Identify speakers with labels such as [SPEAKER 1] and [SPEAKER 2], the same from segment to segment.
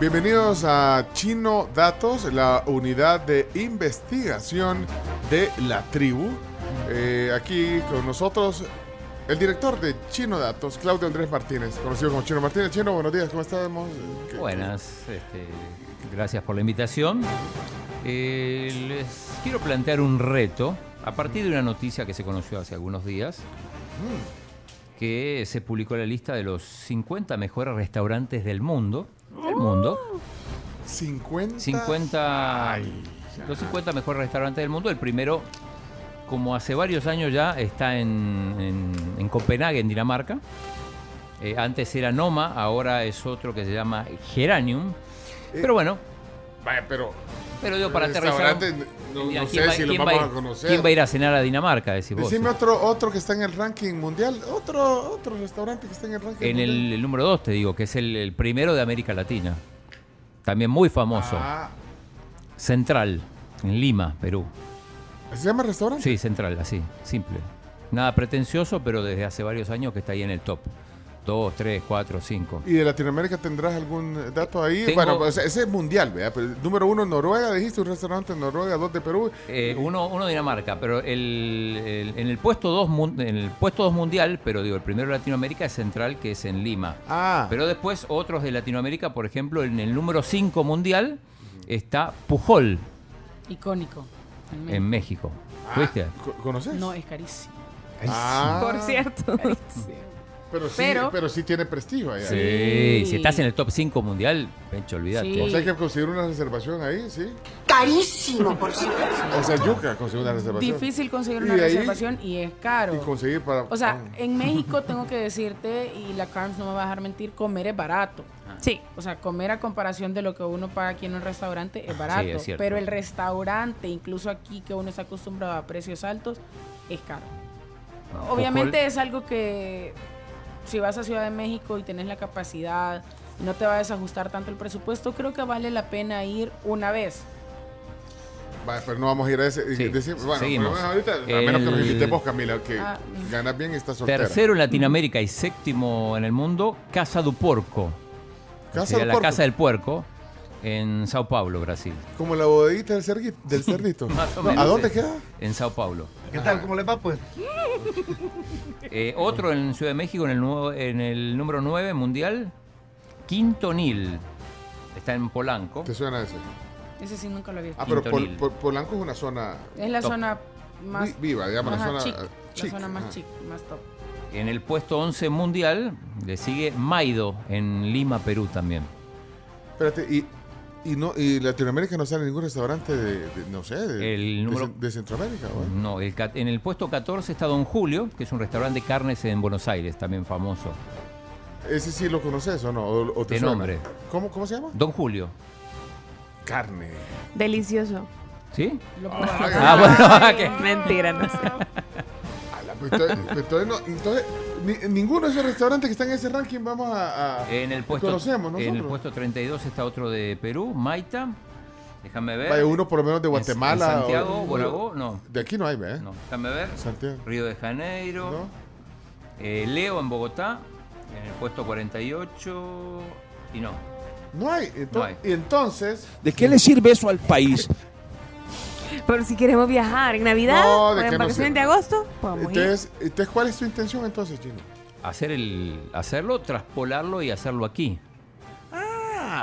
[SPEAKER 1] Bienvenidos a Chino Datos, la unidad de investigación de la tribu. Eh, aquí con nosotros el director de Chino Datos, Claudio Andrés Martínez, conocido como Chino Martínez. Chino, buenos días, ¿cómo estamos? ¿Qué-
[SPEAKER 2] Buenas, este, gracias por la invitación. Eh, les quiero plantear un reto a partir de una noticia que se conoció hace algunos días, que se publicó la lista de los 50 mejores restaurantes del mundo. Del mundo.
[SPEAKER 1] 50.
[SPEAKER 2] 50, los 50 mejores restaurantes del mundo. El primero, como hace varios años ya, está en, en- en Copenhague, en Dinamarca. Eh, antes era Noma, ahora es otro que se llama Geranium.
[SPEAKER 1] Eh,
[SPEAKER 2] Pero bueno,
[SPEAKER 1] Vaya, pero
[SPEAKER 2] pero digo, para aterrizar. eh,
[SPEAKER 1] restaurante, no,
[SPEAKER 2] Mira,
[SPEAKER 1] no
[SPEAKER 2] ¿quién
[SPEAKER 1] sé
[SPEAKER 2] va-
[SPEAKER 1] si lo
[SPEAKER 2] quién va
[SPEAKER 1] vamos a
[SPEAKER 2] ir-
[SPEAKER 1] conocer.
[SPEAKER 2] ¿Quién va a ir a cenar a Dinamarca? Decís vos.
[SPEAKER 1] Decime otro, otro que está en el ranking mundial, otro, otro restaurante que está en el ranking
[SPEAKER 2] En
[SPEAKER 1] mundial.
[SPEAKER 2] el, el número 2, te digo, que es el, el primero de América Latina. También muy famoso.
[SPEAKER 1] Ah,
[SPEAKER 2] Central, en Lima, Perú.
[SPEAKER 1] ¿Se llama restaurante?
[SPEAKER 2] Sí, Central, así, simple. Nada pretencioso, pero desde hace varios años que está ahí en el top. 2, 3, 4, 5.
[SPEAKER 1] ¿Y de Latinoamérica tendrás algún dato ahí?
[SPEAKER 2] Tengo-
[SPEAKER 1] Bueno, o sea, ese es mundial, ¿verdad? Pero el número uno, Noruega, dijiste un restaurante en Noruega, dos de Perú.
[SPEAKER 2] Eh, uno, uno de Dinamarca, pero el, el- en el puesto 2 en el puesto dos mundial, pero digo, el primero de Latinoamérica es Central, que es en Lima.
[SPEAKER 1] Ah,
[SPEAKER 2] Pero después otros de Latinoamérica, por ejemplo, en el número 5 mundial está Pujol
[SPEAKER 3] Icónico. en México.
[SPEAKER 2] en México.
[SPEAKER 1] ah,
[SPEAKER 2] ¿Fuiste?
[SPEAKER 1] ¿co- ¿Conoces?
[SPEAKER 3] No, es carísimo.
[SPEAKER 1] Ah,
[SPEAKER 4] Por cierto.
[SPEAKER 1] Pero sí, pero,
[SPEAKER 3] Pero-
[SPEAKER 1] sí tiene prestigio allá.
[SPEAKER 2] Sí, si estás en el top 5 mundial, Pencho, olvídate.
[SPEAKER 3] Sí.
[SPEAKER 1] O sea, hay que conseguir una reservación ahí, sí.
[SPEAKER 5] Carísimo, por cierto.
[SPEAKER 1] O sea, Yuca conseguir una reservación.
[SPEAKER 3] Difícil conseguir
[SPEAKER 1] Y
[SPEAKER 3] una
[SPEAKER 1] de ahí-
[SPEAKER 3] reservación y es
[SPEAKER 1] Y
[SPEAKER 3] caro.
[SPEAKER 1] conseguir para...
[SPEAKER 3] O sea,
[SPEAKER 1] Ah.
[SPEAKER 3] en México tengo que decirte, y la Carms no me va a dejar mentir, comer es barato.
[SPEAKER 2] Ah.
[SPEAKER 4] Sí.
[SPEAKER 3] O sea, comer a comparación de lo que uno paga aquí en un restaurante es barato.
[SPEAKER 2] es cierto.
[SPEAKER 3] pero el restaurante, incluso aquí que uno está acostumbrado a precios altos, es caro.
[SPEAKER 2] No,
[SPEAKER 3] Obviamente
[SPEAKER 2] Pujol-
[SPEAKER 3] es algo que si vas a Ciudad de México y tenés la capacidad y no te va a desajustar tanto el presupuesto, creo que vale la pena ir una vez.
[SPEAKER 1] Va, pero no vamos a ir a ese.
[SPEAKER 2] Sí,
[SPEAKER 1] decir- bueno,
[SPEAKER 2] seguimos.
[SPEAKER 1] por lo menos ahorita, a menos que nos
[SPEAKER 2] El-
[SPEAKER 1] invitemos, Camila, que
[SPEAKER 3] Ah.
[SPEAKER 1] ganas bien y estás soltera.
[SPEAKER 2] Tercero en Latinoamérica y séptimo en el mundo, Casa du Porco.
[SPEAKER 1] Casa
[SPEAKER 2] Sería
[SPEAKER 1] del
[SPEAKER 2] la
[SPEAKER 1] Puerco.
[SPEAKER 2] Casa del Puerco en Sao Paulo, Brasil.
[SPEAKER 1] Como la bodegita del, cergui- del cerdito.
[SPEAKER 2] Más o
[SPEAKER 1] ¿A
[SPEAKER 2] menos,
[SPEAKER 1] dónde
[SPEAKER 2] sí.
[SPEAKER 1] queda?
[SPEAKER 2] En Sao Paulo.
[SPEAKER 6] ¿Qué tal? ¿Cómo les va? Pues
[SPEAKER 2] Eh, otro en Ciudad de México, en el, nuevo- en el número 9 mundial, Quintonil. Está en Polanco.
[SPEAKER 1] ¿Te suena ese?
[SPEAKER 3] Ese sí nunca lo vi.
[SPEAKER 1] Ah, pero Pol-
[SPEAKER 2] Quintonil.
[SPEAKER 1] Pol- Polanco es una zona
[SPEAKER 3] es la
[SPEAKER 2] top.
[SPEAKER 3] zona más
[SPEAKER 1] vi- viva, digamos,
[SPEAKER 3] ajá,
[SPEAKER 1] la zona
[SPEAKER 3] chic,
[SPEAKER 1] eh,
[SPEAKER 3] la zona más
[SPEAKER 1] ajá.
[SPEAKER 3] chic, más top.
[SPEAKER 2] En el puesto 11 mundial le sigue Maido en Lima, Perú también.
[SPEAKER 1] Espérate, este, y, y, no, y Latinoamérica no sale ningún restaurante de, de- no sé, de,
[SPEAKER 2] El
[SPEAKER 1] de
[SPEAKER 2] número-
[SPEAKER 1] Cen- de Centroamérica, ¿o?
[SPEAKER 2] No, el ca- en el puesto 14 está Don Julio, que es un restaurante de carnes en Buenos Aires, también famoso.
[SPEAKER 1] Ese sí lo conoces o no, o, o te
[SPEAKER 2] De
[SPEAKER 1] suena.
[SPEAKER 2] nombre.
[SPEAKER 1] ¿Cómo, ¿Cómo se llama?
[SPEAKER 2] Don Julio,
[SPEAKER 1] Carne.
[SPEAKER 4] Delicioso.
[SPEAKER 2] ¿sí?
[SPEAKER 3] Lo
[SPEAKER 1] Ay,
[SPEAKER 2] Ah, bueno, que-
[SPEAKER 4] Mentira, no sé.
[SPEAKER 1] A la- pues, Entonces, pues, entonces no- entonces, ni- ninguno de esos restaurantes que están en ese ranking vamos a... a-
[SPEAKER 2] En el puesto,
[SPEAKER 1] Conocemos nosotros.
[SPEAKER 2] en el puesto 32 está otro de Perú, Maita. Déjame ver.
[SPEAKER 1] Vaya, uno por lo menos de
[SPEAKER 2] En-
[SPEAKER 1] Guatemala.
[SPEAKER 2] en
[SPEAKER 1] o-
[SPEAKER 2] Santiago,
[SPEAKER 1] o-
[SPEAKER 2] Bonagó, no.
[SPEAKER 1] De aquí no hay, ¿eh?
[SPEAKER 2] No, déjame ver.
[SPEAKER 1] Santiago.
[SPEAKER 2] Río de Janeiro.
[SPEAKER 1] ¿No?
[SPEAKER 2] Eh, Leo en Bogotá, en el puesto 48. Y no.
[SPEAKER 1] No hay. Ento-
[SPEAKER 2] No hay.
[SPEAKER 1] Y entonces...
[SPEAKER 7] ¿De qué le sirve eso al país?
[SPEAKER 4] Pero si queremos viajar en Navidad
[SPEAKER 1] No, de
[SPEAKER 4] o
[SPEAKER 1] que
[SPEAKER 4] en
[SPEAKER 1] no
[SPEAKER 4] vacaciones
[SPEAKER 1] sirve.
[SPEAKER 4] de agosto, podemos ir.
[SPEAKER 1] Entonces, entonces, ¿cuál es tu intención entonces, Chino?
[SPEAKER 2] Hacer el, hacerlo, traspolarlo y hacerlo aquí.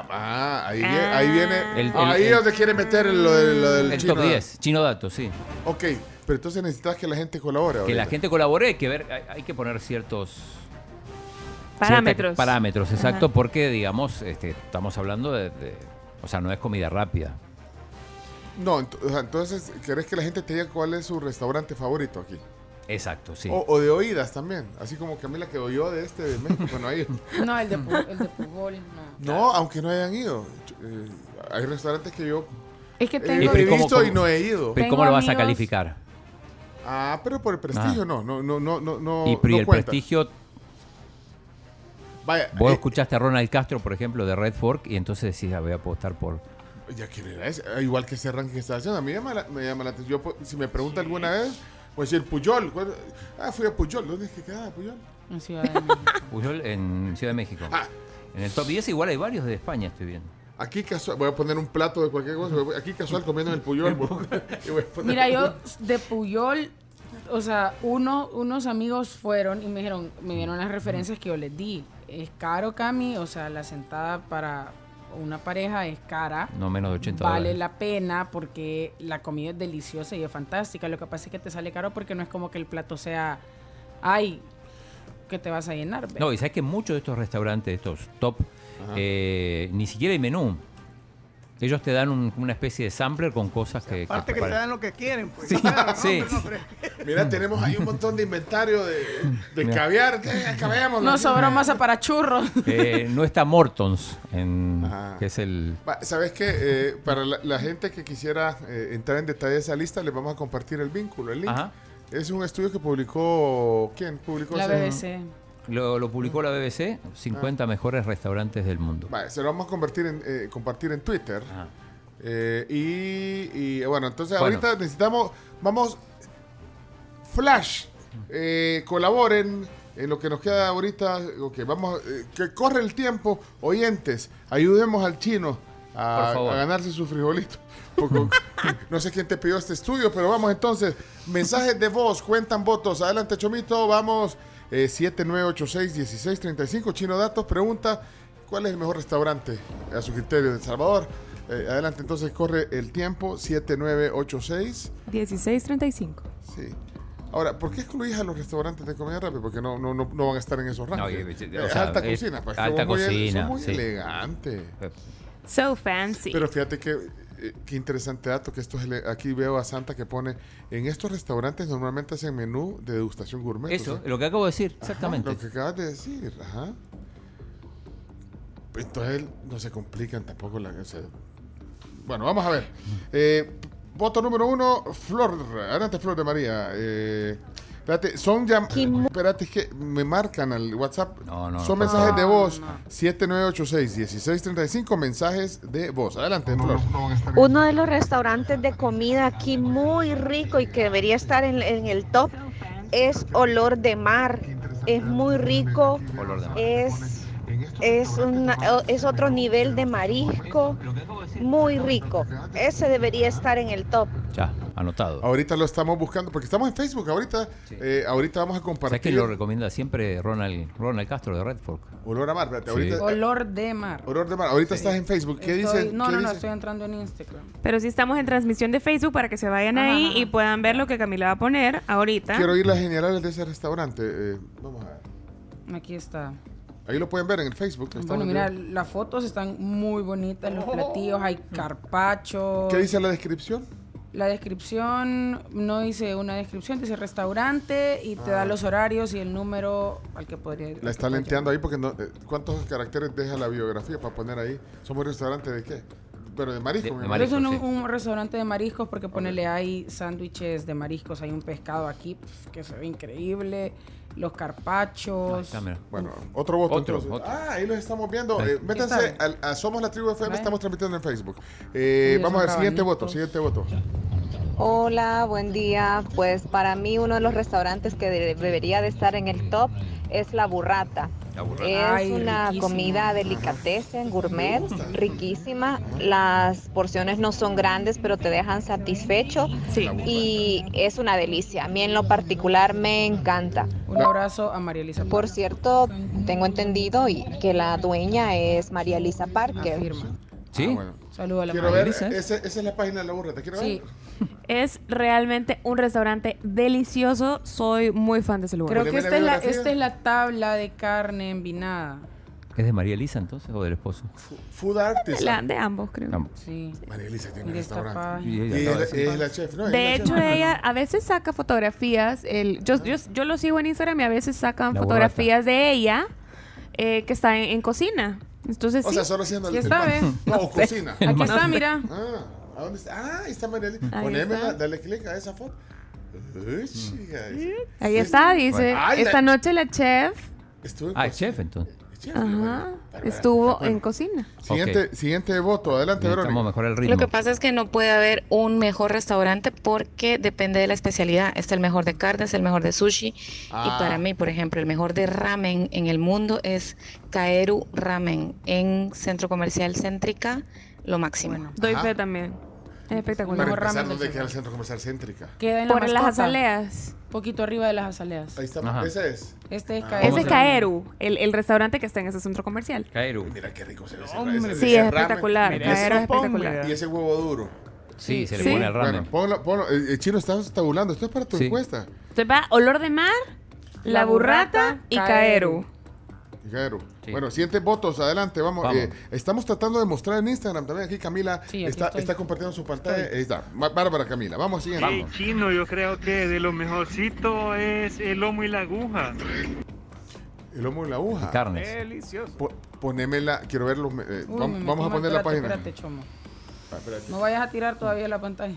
[SPEAKER 1] Ah, ahí,
[SPEAKER 4] Ah.
[SPEAKER 1] vie- ahí viene. Ah,
[SPEAKER 2] El- el-
[SPEAKER 1] ahí
[SPEAKER 2] el-
[SPEAKER 1] donde quiere meter lo, de- lo del
[SPEAKER 2] El
[SPEAKER 1] chino.
[SPEAKER 2] top 10, chino datos, sí.
[SPEAKER 1] Ok, pero entonces necesitas que la gente colabore.
[SPEAKER 2] Que la
[SPEAKER 1] ahorita.
[SPEAKER 2] gente colabore, hay que ver, hay, hay que poner ciertos
[SPEAKER 4] Parámetros.
[SPEAKER 2] cierta- parámetros, exacto,
[SPEAKER 4] Ajá.
[SPEAKER 2] porque digamos, este, estamos hablando de, de- o sea, no es comida rápida.
[SPEAKER 1] No, ent- o sea, entonces, ¿querés que la gente te diga cuál es su restaurante favorito aquí?
[SPEAKER 2] Exacto, sí.
[SPEAKER 1] O, o de oídas también. Así como Camila que oyó de este de México. bueno, ahí.
[SPEAKER 3] No, el de, Pu- el de Pujol, no.
[SPEAKER 1] No, aunque no hayan ido. Eh, hay restaurantes que yo
[SPEAKER 3] Es que
[SPEAKER 1] he-
[SPEAKER 3] tengo...
[SPEAKER 1] he
[SPEAKER 2] pero ¿cómo-
[SPEAKER 1] visto y
[SPEAKER 2] cómo?
[SPEAKER 1] no he ido.
[SPEAKER 2] Pero ¿cómo
[SPEAKER 3] tengo
[SPEAKER 2] lo vas a
[SPEAKER 3] amigos-
[SPEAKER 2] calificar?
[SPEAKER 1] Ah, pero por el prestigio no, no, no, no, no, no.
[SPEAKER 2] y pri-
[SPEAKER 1] Oh, no
[SPEAKER 2] el
[SPEAKER 1] cuenta.
[SPEAKER 2] prestigio,
[SPEAKER 1] Vaya,
[SPEAKER 2] vos
[SPEAKER 1] eh,
[SPEAKER 2] escuchaste a Ronald Castro, por ejemplo, de Red Fork, y entonces decís, "Ah, voy a apostar por...
[SPEAKER 1] Ya quién era ese, Ah, igual que ese ranking que está haciendo, a mí llama la- me llama la atención. Yo, po- si me pregunta alguna vez, voy a decir Puyol. ¿cuál- Ah, fui a Puyol, ¿dónde es que quedaba Puyol?
[SPEAKER 3] En Ciudad de México.
[SPEAKER 2] Pujol en Ciudad de México.
[SPEAKER 1] Ah.
[SPEAKER 2] En el top 10 igual hay varios de España, estoy viendo.
[SPEAKER 1] Aquí casual, voy a poner un plato de cualquier cosa. voy- Aquí casual comiendo en el Puyol. y voy a poner-
[SPEAKER 3] Mira, yo de Puyol, o sea, uno, unos amigos fueron y me dijeron, me dieron las referencias que yo les di. Es caro, Cami, o sea, la sentada para una pareja es cara.
[SPEAKER 2] No menos de 80
[SPEAKER 3] Vale
[SPEAKER 2] dólares.
[SPEAKER 3] la pena porque la comida es deliciosa y es fantástica. Lo que pasa es que te sale caro porque no es como que el plato sea, ay, que te vas a llenar. ¿ve?
[SPEAKER 2] No, y sabes que muchos de estos restaurantes, estos top, eh, ni siquiera hay menú. Ellos te dan un- una especie de sampler con cosas que.
[SPEAKER 6] Aparte que te
[SPEAKER 2] preparan.
[SPEAKER 6] dan lo que quieren, pues.
[SPEAKER 2] Sí,
[SPEAKER 6] Claro, ¿no?
[SPEAKER 2] sí.
[SPEAKER 6] Pero no, pero-
[SPEAKER 1] Mira, tenemos ahí un montón de inventario de, de
[SPEAKER 2] Mira.
[SPEAKER 1] caviar. Ya, acabémoslo.
[SPEAKER 3] No sobró masa para churros.
[SPEAKER 2] Eh, no está Mortons, en-
[SPEAKER 1] Ajá.
[SPEAKER 2] que es el.
[SPEAKER 1] Va, ¿Sabes qué? Eh, para la, la gente que quisiera eh, entrar en detalle de esa lista, les vamos a compartir el vínculo, el link.
[SPEAKER 2] Ajá.
[SPEAKER 1] Es un estudio que publicó. ¿Quién publicó
[SPEAKER 3] La
[SPEAKER 1] ese?
[SPEAKER 3] BBC.
[SPEAKER 2] Lo, lo publicó la BBC, 50
[SPEAKER 1] Ah.
[SPEAKER 2] mejores restaurantes del mundo.
[SPEAKER 1] Vale, se lo vamos a convertir en, eh, compartir en Twitter.
[SPEAKER 2] Ajá.
[SPEAKER 1] Eh, y, y, bueno, entonces
[SPEAKER 2] Bueno.
[SPEAKER 1] ahorita necesitamos, vamos, Flash, eh, colaboren en lo que nos queda ahorita. Ok, vamos, eh, que corre el tiempo, oyentes, ayudemos al chino a,
[SPEAKER 2] Por favor.
[SPEAKER 1] a ganarse su frijolito. Porque- no sé quién te pidió este estudio, pero vamos entonces. Mensajes de voz, cuentan votos. Adelante, Chomito, vamos. Eh, 7986-1635. Chino Datos pregunta: ¿Cuál es el mejor restaurante a su criterio de El Salvador? Eh, adelante, entonces corre el tiempo: 7986.
[SPEAKER 4] 1635.
[SPEAKER 1] Sí. Ahora, ¿por qué excluís a los restaurantes de comida rápida? Porque no, no, no, no van a estar en esos rankings.
[SPEAKER 2] y-
[SPEAKER 1] Eh,
[SPEAKER 2] o sea,
[SPEAKER 1] alta
[SPEAKER 2] es
[SPEAKER 1] cocina, pues.
[SPEAKER 2] alta
[SPEAKER 1] son muy-
[SPEAKER 2] cocina,
[SPEAKER 1] son muy
[SPEAKER 2] sí.
[SPEAKER 1] elegante.
[SPEAKER 2] Eh,
[SPEAKER 4] So fancy.
[SPEAKER 1] Pero fíjate que eh, qué interesante dato que esto es ele- aquí veo a Santa que pone en estos restaurantes normalmente hacen menú de degustación gourmet. o
[SPEAKER 2] Eso,
[SPEAKER 1] sea,
[SPEAKER 2] lo que acabo de decir,
[SPEAKER 1] ajá,
[SPEAKER 2] exactamente.
[SPEAKER 1] Lo que acabas de decir, ajá. Entonces no se complican tampoco la o sea, Bueno, vamos a ver. Eh, voto número uno, Flor. Adelante, Flor de María. Eh, espérate, son llam- Espérate, es que me marcan al WhatsApp.
[SPEAKER 2] No, no,
[SPEAKER 1] son
[SPEAKER 2] no, por
[SPEAKER 1] mensajes de
[SPEAKER 3] favor.
[SPEAKER 1] voz.
[SPEAKER 3] No, no. 7986-1635, mensajes de voz. Adelante, Flor.
[SPEAKER 8] Uno de los restaurantes de comida aquí muy rico y que debería estar en, en el top es Olor de Mar. Es muy rico,
[SPEAKER 2] Olor de mar.
[SPEAKER 8] es, es, una- es otro nivel de marisco, muy rico. Ese debería estar en el top.
[SPEAKER 2] Ya, anotado.
[SPEAKER 1] Ahorita lo estamos buscando, porque estamos en Facebook ahorita. eh, ahorita vamos a
[SPEAKER 2] ¿Sabes
[SPEAKER 1] compartir.
[SPEAKER 2] que lo recomienda siempre Ronald, Ronald Castro de Red Fork?
[SPEAKER 1] Olor a mar, espérate,
[SPEAKER 2] Sí.
[SPEAKER 1] ahorita.
[SPEAKER 3] Olor de mar.
[SPEAKER 1] Olor de mar, ahorita estás en Facebook. ¿Qué
[SPEAKER 3] Estoy-
[SPEAKER 1] dice?
[SPEAKER 3] No,
[SPEAKER 1] ¿Qué
[SPEAKER 3] no, no,
[SPEAKER 1] dice?
[SPEAKER 3] estoy entrando en Instagram.
[SPEAKER 4] Pero sí estamos en transmisión de Facebook para que se vayan
[SPEAKER 3] Ajá,
[SPEAKER 4] ahí
[SPEAKER 3] ajá.
[SPEAKER 4] y puedan ver lo que Camila va a poner ahorita.
[SPEAKER 3] ¿Ah?
[SPEAKER 1] Quiero ir las generales de ese restaurante. eh, vamos a ver.
[SPEAKER 3] Aquí está.
[SPEAKER 1] Ahí lo pueden ver en el Facebook. estamos
[SPEAKER 3] Bueno,
[SPEAKER 1] en
[SPEAKER 3] mira,
[SPEAKER 1] vivo. Oh.
[SPEAKER 3] las fotos están muy bonitas, los platillos, hay carpacho.
[SPEAKER 1] ¿Qué dice la descripción?
[SPEAKER 3] La descripción, no dice una descripción, dice restaurante y te da los horarios y el número al que podría
[SPEAKER 1] Ah. La está lenteando ahí porque no, eh, ¿cuántos caracteres deja la biografía para poner ahí? ¿Somos restaurante de qué? Pero de marisco.
[SPEAKER 2] De-
[SPEAKER 1] me
[SPEAKER 2] de
[SPEAKER 1] imagino.
[SPEAKER 3] Pero es un,
[SPEAKER 2] Mariscos,
[SPEAKER 3] un restaurante de mariscos porque ponele hay sándwiches de mariscos, hay un pescado aquí pf, que se ve increíble, los
[SPEAKER 2] Ay,
[SPEAKER 3] carpachos.
[SPEAKER 2] cámara.
[SPEAKER 1] Bueno, otro voto.
[SPEAKER 2] Otro,
[SPEAKER 1] entonces.
[SPEAKER 2] otro.
[SPEAKER 1] Ah, ahí los estamos viendo.
[SPEAKER 2] Ahí.
[SPEAKER 1] Eh, métanse
[SPEAKER 3] Está
[SPEAKER 1] al- a Somos la Tribu FM,
[SPEAKER 3] Vale.
[SPEAKER 1] estamos transmitiendo en Facebook. Eh,
[SPEAKER 3] Ellos
[SPEAKER 1] vamos
[SPEAKER 3] son
[SPEAKER 1] al siguiente voto,
[SPEAKER 3] rabanitos.
[SPEAKER 1] siguiente voto.
[SPEAKER 8] Hola, buen día. Pues para mí uno de los restaurantes que de- debería de estar en el top es La Burrata.
[SPEAKER 2] Mm, La burrata.
[SPEAKER 8] Es
[SPEAKER 3] Ay,
[SPEAKER 8] una
[SPEAKER 3] riquísimo.
[SPEAKER 8] comida delicatessen, gourmet, riquísima. Las porciones no son grandes, pero te dejan satisfecho
[SPEAKER 4] Sí.
[SPEAKER 8] y es una delicia. A mí en lo particular me encanta.
[SPEAKER 3] Un abrazo a María Elisa.
[SPEAKER 8] Por
[SPEAKER 3] Parra,
[SPEAKER 8] cierto, tengo entendido y- que la dueña es María Elisa Parker.
[SPEAKER 3] Afirma.
[SPEAKER 2] ¿Sí?
[SPEAKER 1] Ah, bueno.
[SPEAKER 3] Saludos a la
[SPEAKER 1] Quiero
[SPEAKER 3] María
[SPEAKER 1] ver,
[SPEAKER 3] Elisa.
[SPEAKER 2] Elisa, ¿eh?
[SPEAKER 1] ese- esa es la página de la burra, ¿te quiero
[SPEAKER 3] Sí,
[SPEAKER 1] ver?
[SPEAKER 4] Es realmente un restaurante delicioso. Soy muy fan de ese lugar.
[SPEAKER 3] creo
[SPEAKER 1] Poneme
[SPEAKER 3] que
[SPEAKER 1] la
[SPEAKER 3] esta es, la,
[SPEAKER 1] biografía.
[SPEAKER 3] esta es la tabla de carne envinada.
[SPEAKER 2] ¿Es de María Elisa entonces o del esposo?
[SPEAKER 1] Fu- Food
[SPEAKER 4] de, la-
[SPEAKER 1] Artist.
[SPEAKER 4] de ambos, creo.
[SPEAKER 2] Vamos.
[SPEAKER 3] Sí.
[SPEAKER 1] María Elisa tiene un
[SPEAKER 3] Mira esta
[SPEAKER 1] restaurante.
[SPEAKER 3] página.
[SPEAKER 2] Y ella
[SPEAKER 1] Y
[SPEAKER 2] acaba
[SPEAKER 1] es
[SPEAKER 2] de
[SPEAKER 1] la,
[SPEAKER 2] decir-
[SPEAKER 1] es la chef, ¿no? Es
[SPEAKER 4] De
[SPEAKER 1] la
[SPEAKER 4] hecho,
[SPEAKER 1] chef.
[SPEAKER 4] ella a veces saca fotografías. El, yo, yo, yo lo sigo en Instagram y a veces sacan
[SPEAKER 2] La
[SPEAKER 4] fotografías de ella eh, que está en, en cocina. Entonces,
[SPEAKER 1] O
[SPEAKER 4] sí. ¿eh?
[SPEAKER 1] sea, solo haciendo
[SPEAKER 3] Aquí
[SPEAKER 1] el-
[SPEAKER 3] está,
[SPEAKER 1] el-
[SPEAKER 3] ¿ve?
[SPEAKER 1] No, o cocina.
[SPEAKER 3] Aquí está, mira.
[SPEAKER 1] Ah, ¿a dónde está? Ah, ahí está María Elisa.
[SPEAKER 4] Ahí
[SPEAKER 1] Ponémela,
[SPEAKER 4] está.
[SPEAKER 1] dale clic a esa foto. Uy, chica,
[SPEAKER 4] ahí está, dice.
[SPEAKER 1] Bueno. Ay, la-
[SPEAKER 4] Esta noche la chef
[SPEAKER 1] Estuve en
[SPEAKER 2] Ah,
[SPEAKER 1] cocina.
[SPEAKER 2] es chef entonces.
[SPEAKER 1] chef.
[SPEAKER 4] Ajá.
[SPEAKER 1] Pero,
[SPEAKER 4] Estuvo
[SPEAKER 1] bueno.
[SPEAKER 4] en cocina.
[SPEAKER 1] Siguiente, siguiente voto, adelante,
[SPEAKER 2] Necesitamos
[SPEAKER 1] Verónica.
[SPEAKER 2] mejorar el ritmo.
[SPEAKER 6] Lo que pasa es que no puede haber un mejor restaurante porque depende de la especialidad. Está el mejor de carnes, el mejor de sushi.
[SPEAKER 1] Ah.
[SPEAKER 6] Y para mí, por ejemplo, el mejor de ramen en el mundo es Kaeru Ramen en Centro Comercial Céntrica, lo máximo.
[SPEAKER 4] Doy
[SPEAKER 1] Ajá.
[SPEAKER 4] fe también. Es espectacular.
[SPEAKER 1] Para
[SPEAKER 3] Mejor
[SPEAKER 1] empezar,
[SPEAKER 3] ramen
[SPEAKER 1] ¿dónde
[SPEAKER 3] del
[SPEAKER 1] queda el centro comercial céntrica?
[SPEAKER 3] Queda en la
[SPEAKER 4] Por las
[SPEAKER 3] mascota,
[SPEAKER 4] azaleas.
[SPEAKER 3] Poquito arriba de las azaleas.
[SPEAKER 1] Ahí está,
[SPEAKER 2] Ajá.
[SPEAKER 1] ese es.
[SPEAKER 3] Este es
[SPEAKER 1] Ah.
[SPEAKER 3] Caeru.
[SPEAKER 4] Ese es
[SPEAKER 2] se llama?
[SPEAKER 4] Caeru, el, el restaurante que está en ese centro comercial.
[SPEAKER 2] Caeru.
[SPEAKER 1] Mira qué rico se ve ese,
[SPEAKER 9] Hombre.
[SPEAKER 1] ese-
[SPEAKER 4] Sí,
[SPEAKER 1] ese
[SPEAKER 4] es
[SPEAKER 1] ramen.
[SPEAKER 4] espectacular.
[SPEAKER 9] Mira,
[SPEAKER 4] Caeru es
[SPEAKER 9] eso ponme.
[SPEAKER 4] espectacular.
[SPEAKER 1] Y ese huevo duro.
[SPEAKER 2] Sí, se le
[SPEAKER 4] Sí.
[SPEAKER 2] pone al ramen.
[SPEAKER 1] Bueno, ponlo, ponlo. El, el chino está tabulando. Esto es para tu
[SPEAKER 2] Sí.
[SPEAKER 1] encuesta.
[SPEAKER 4] Entonces va olor de mar, la,
[SPEAKER 3] La
[SPEAKER 4] burrata,
[SPEAKER 3] burrata,
[SPEAKER 4] y
[SPEAKER 3] Caeru.
[SPEAKER 4] Caeru.
[SPEAKER 1] Claro.
[SPEAKER 2] Sí.
[SPEAKER 1] Bueno, siguientes votos, adelante, vamos.
[SPEAKER 2] Vamos.
[SPEAKER 1] Eh, estamos tratando de mostrar en Instagram también. Aquí Camila
[SPEAKER 3] Sí, aquí
[SPEAKER 1] está,
[SPEAKER 3] estoy.
[SPEAKER 1] está compartiendo su pantalla. Ahí está, Má- Bárbara Camila. Vamos, siguiente.
[SPEAKER 2] Vamos.
[SPEAKER 10] chino, yo creo que de lo mejorcito es el lomo y la aguja.
[SPEAKER 1] El lomo y la aguja.
[SPEAKER 2] Carnes.
[SPEAKER 9] Delicioso.
[SPEAKER 1] Po- ponémela, quiero verlo. eh,
[SPEAKER 3] Uy,
[SPEAKER 1] vam-
[SPEAKER 3] me
[SPEAKER 1] vamos a
[SPEAKER 3] metí
[SPEAKER 1] poner
[SPEAKER 3] mal.
[SPEAKER 1] la
[SPEAKER 3] Espérate,
[SPEAKER 1] página.
[SPEAKER 3] Espérate, chomo.
[SPEAKER 1] Ah, espérate.
[SPEAKER 3] No vayas a tirar todavía la pantalla.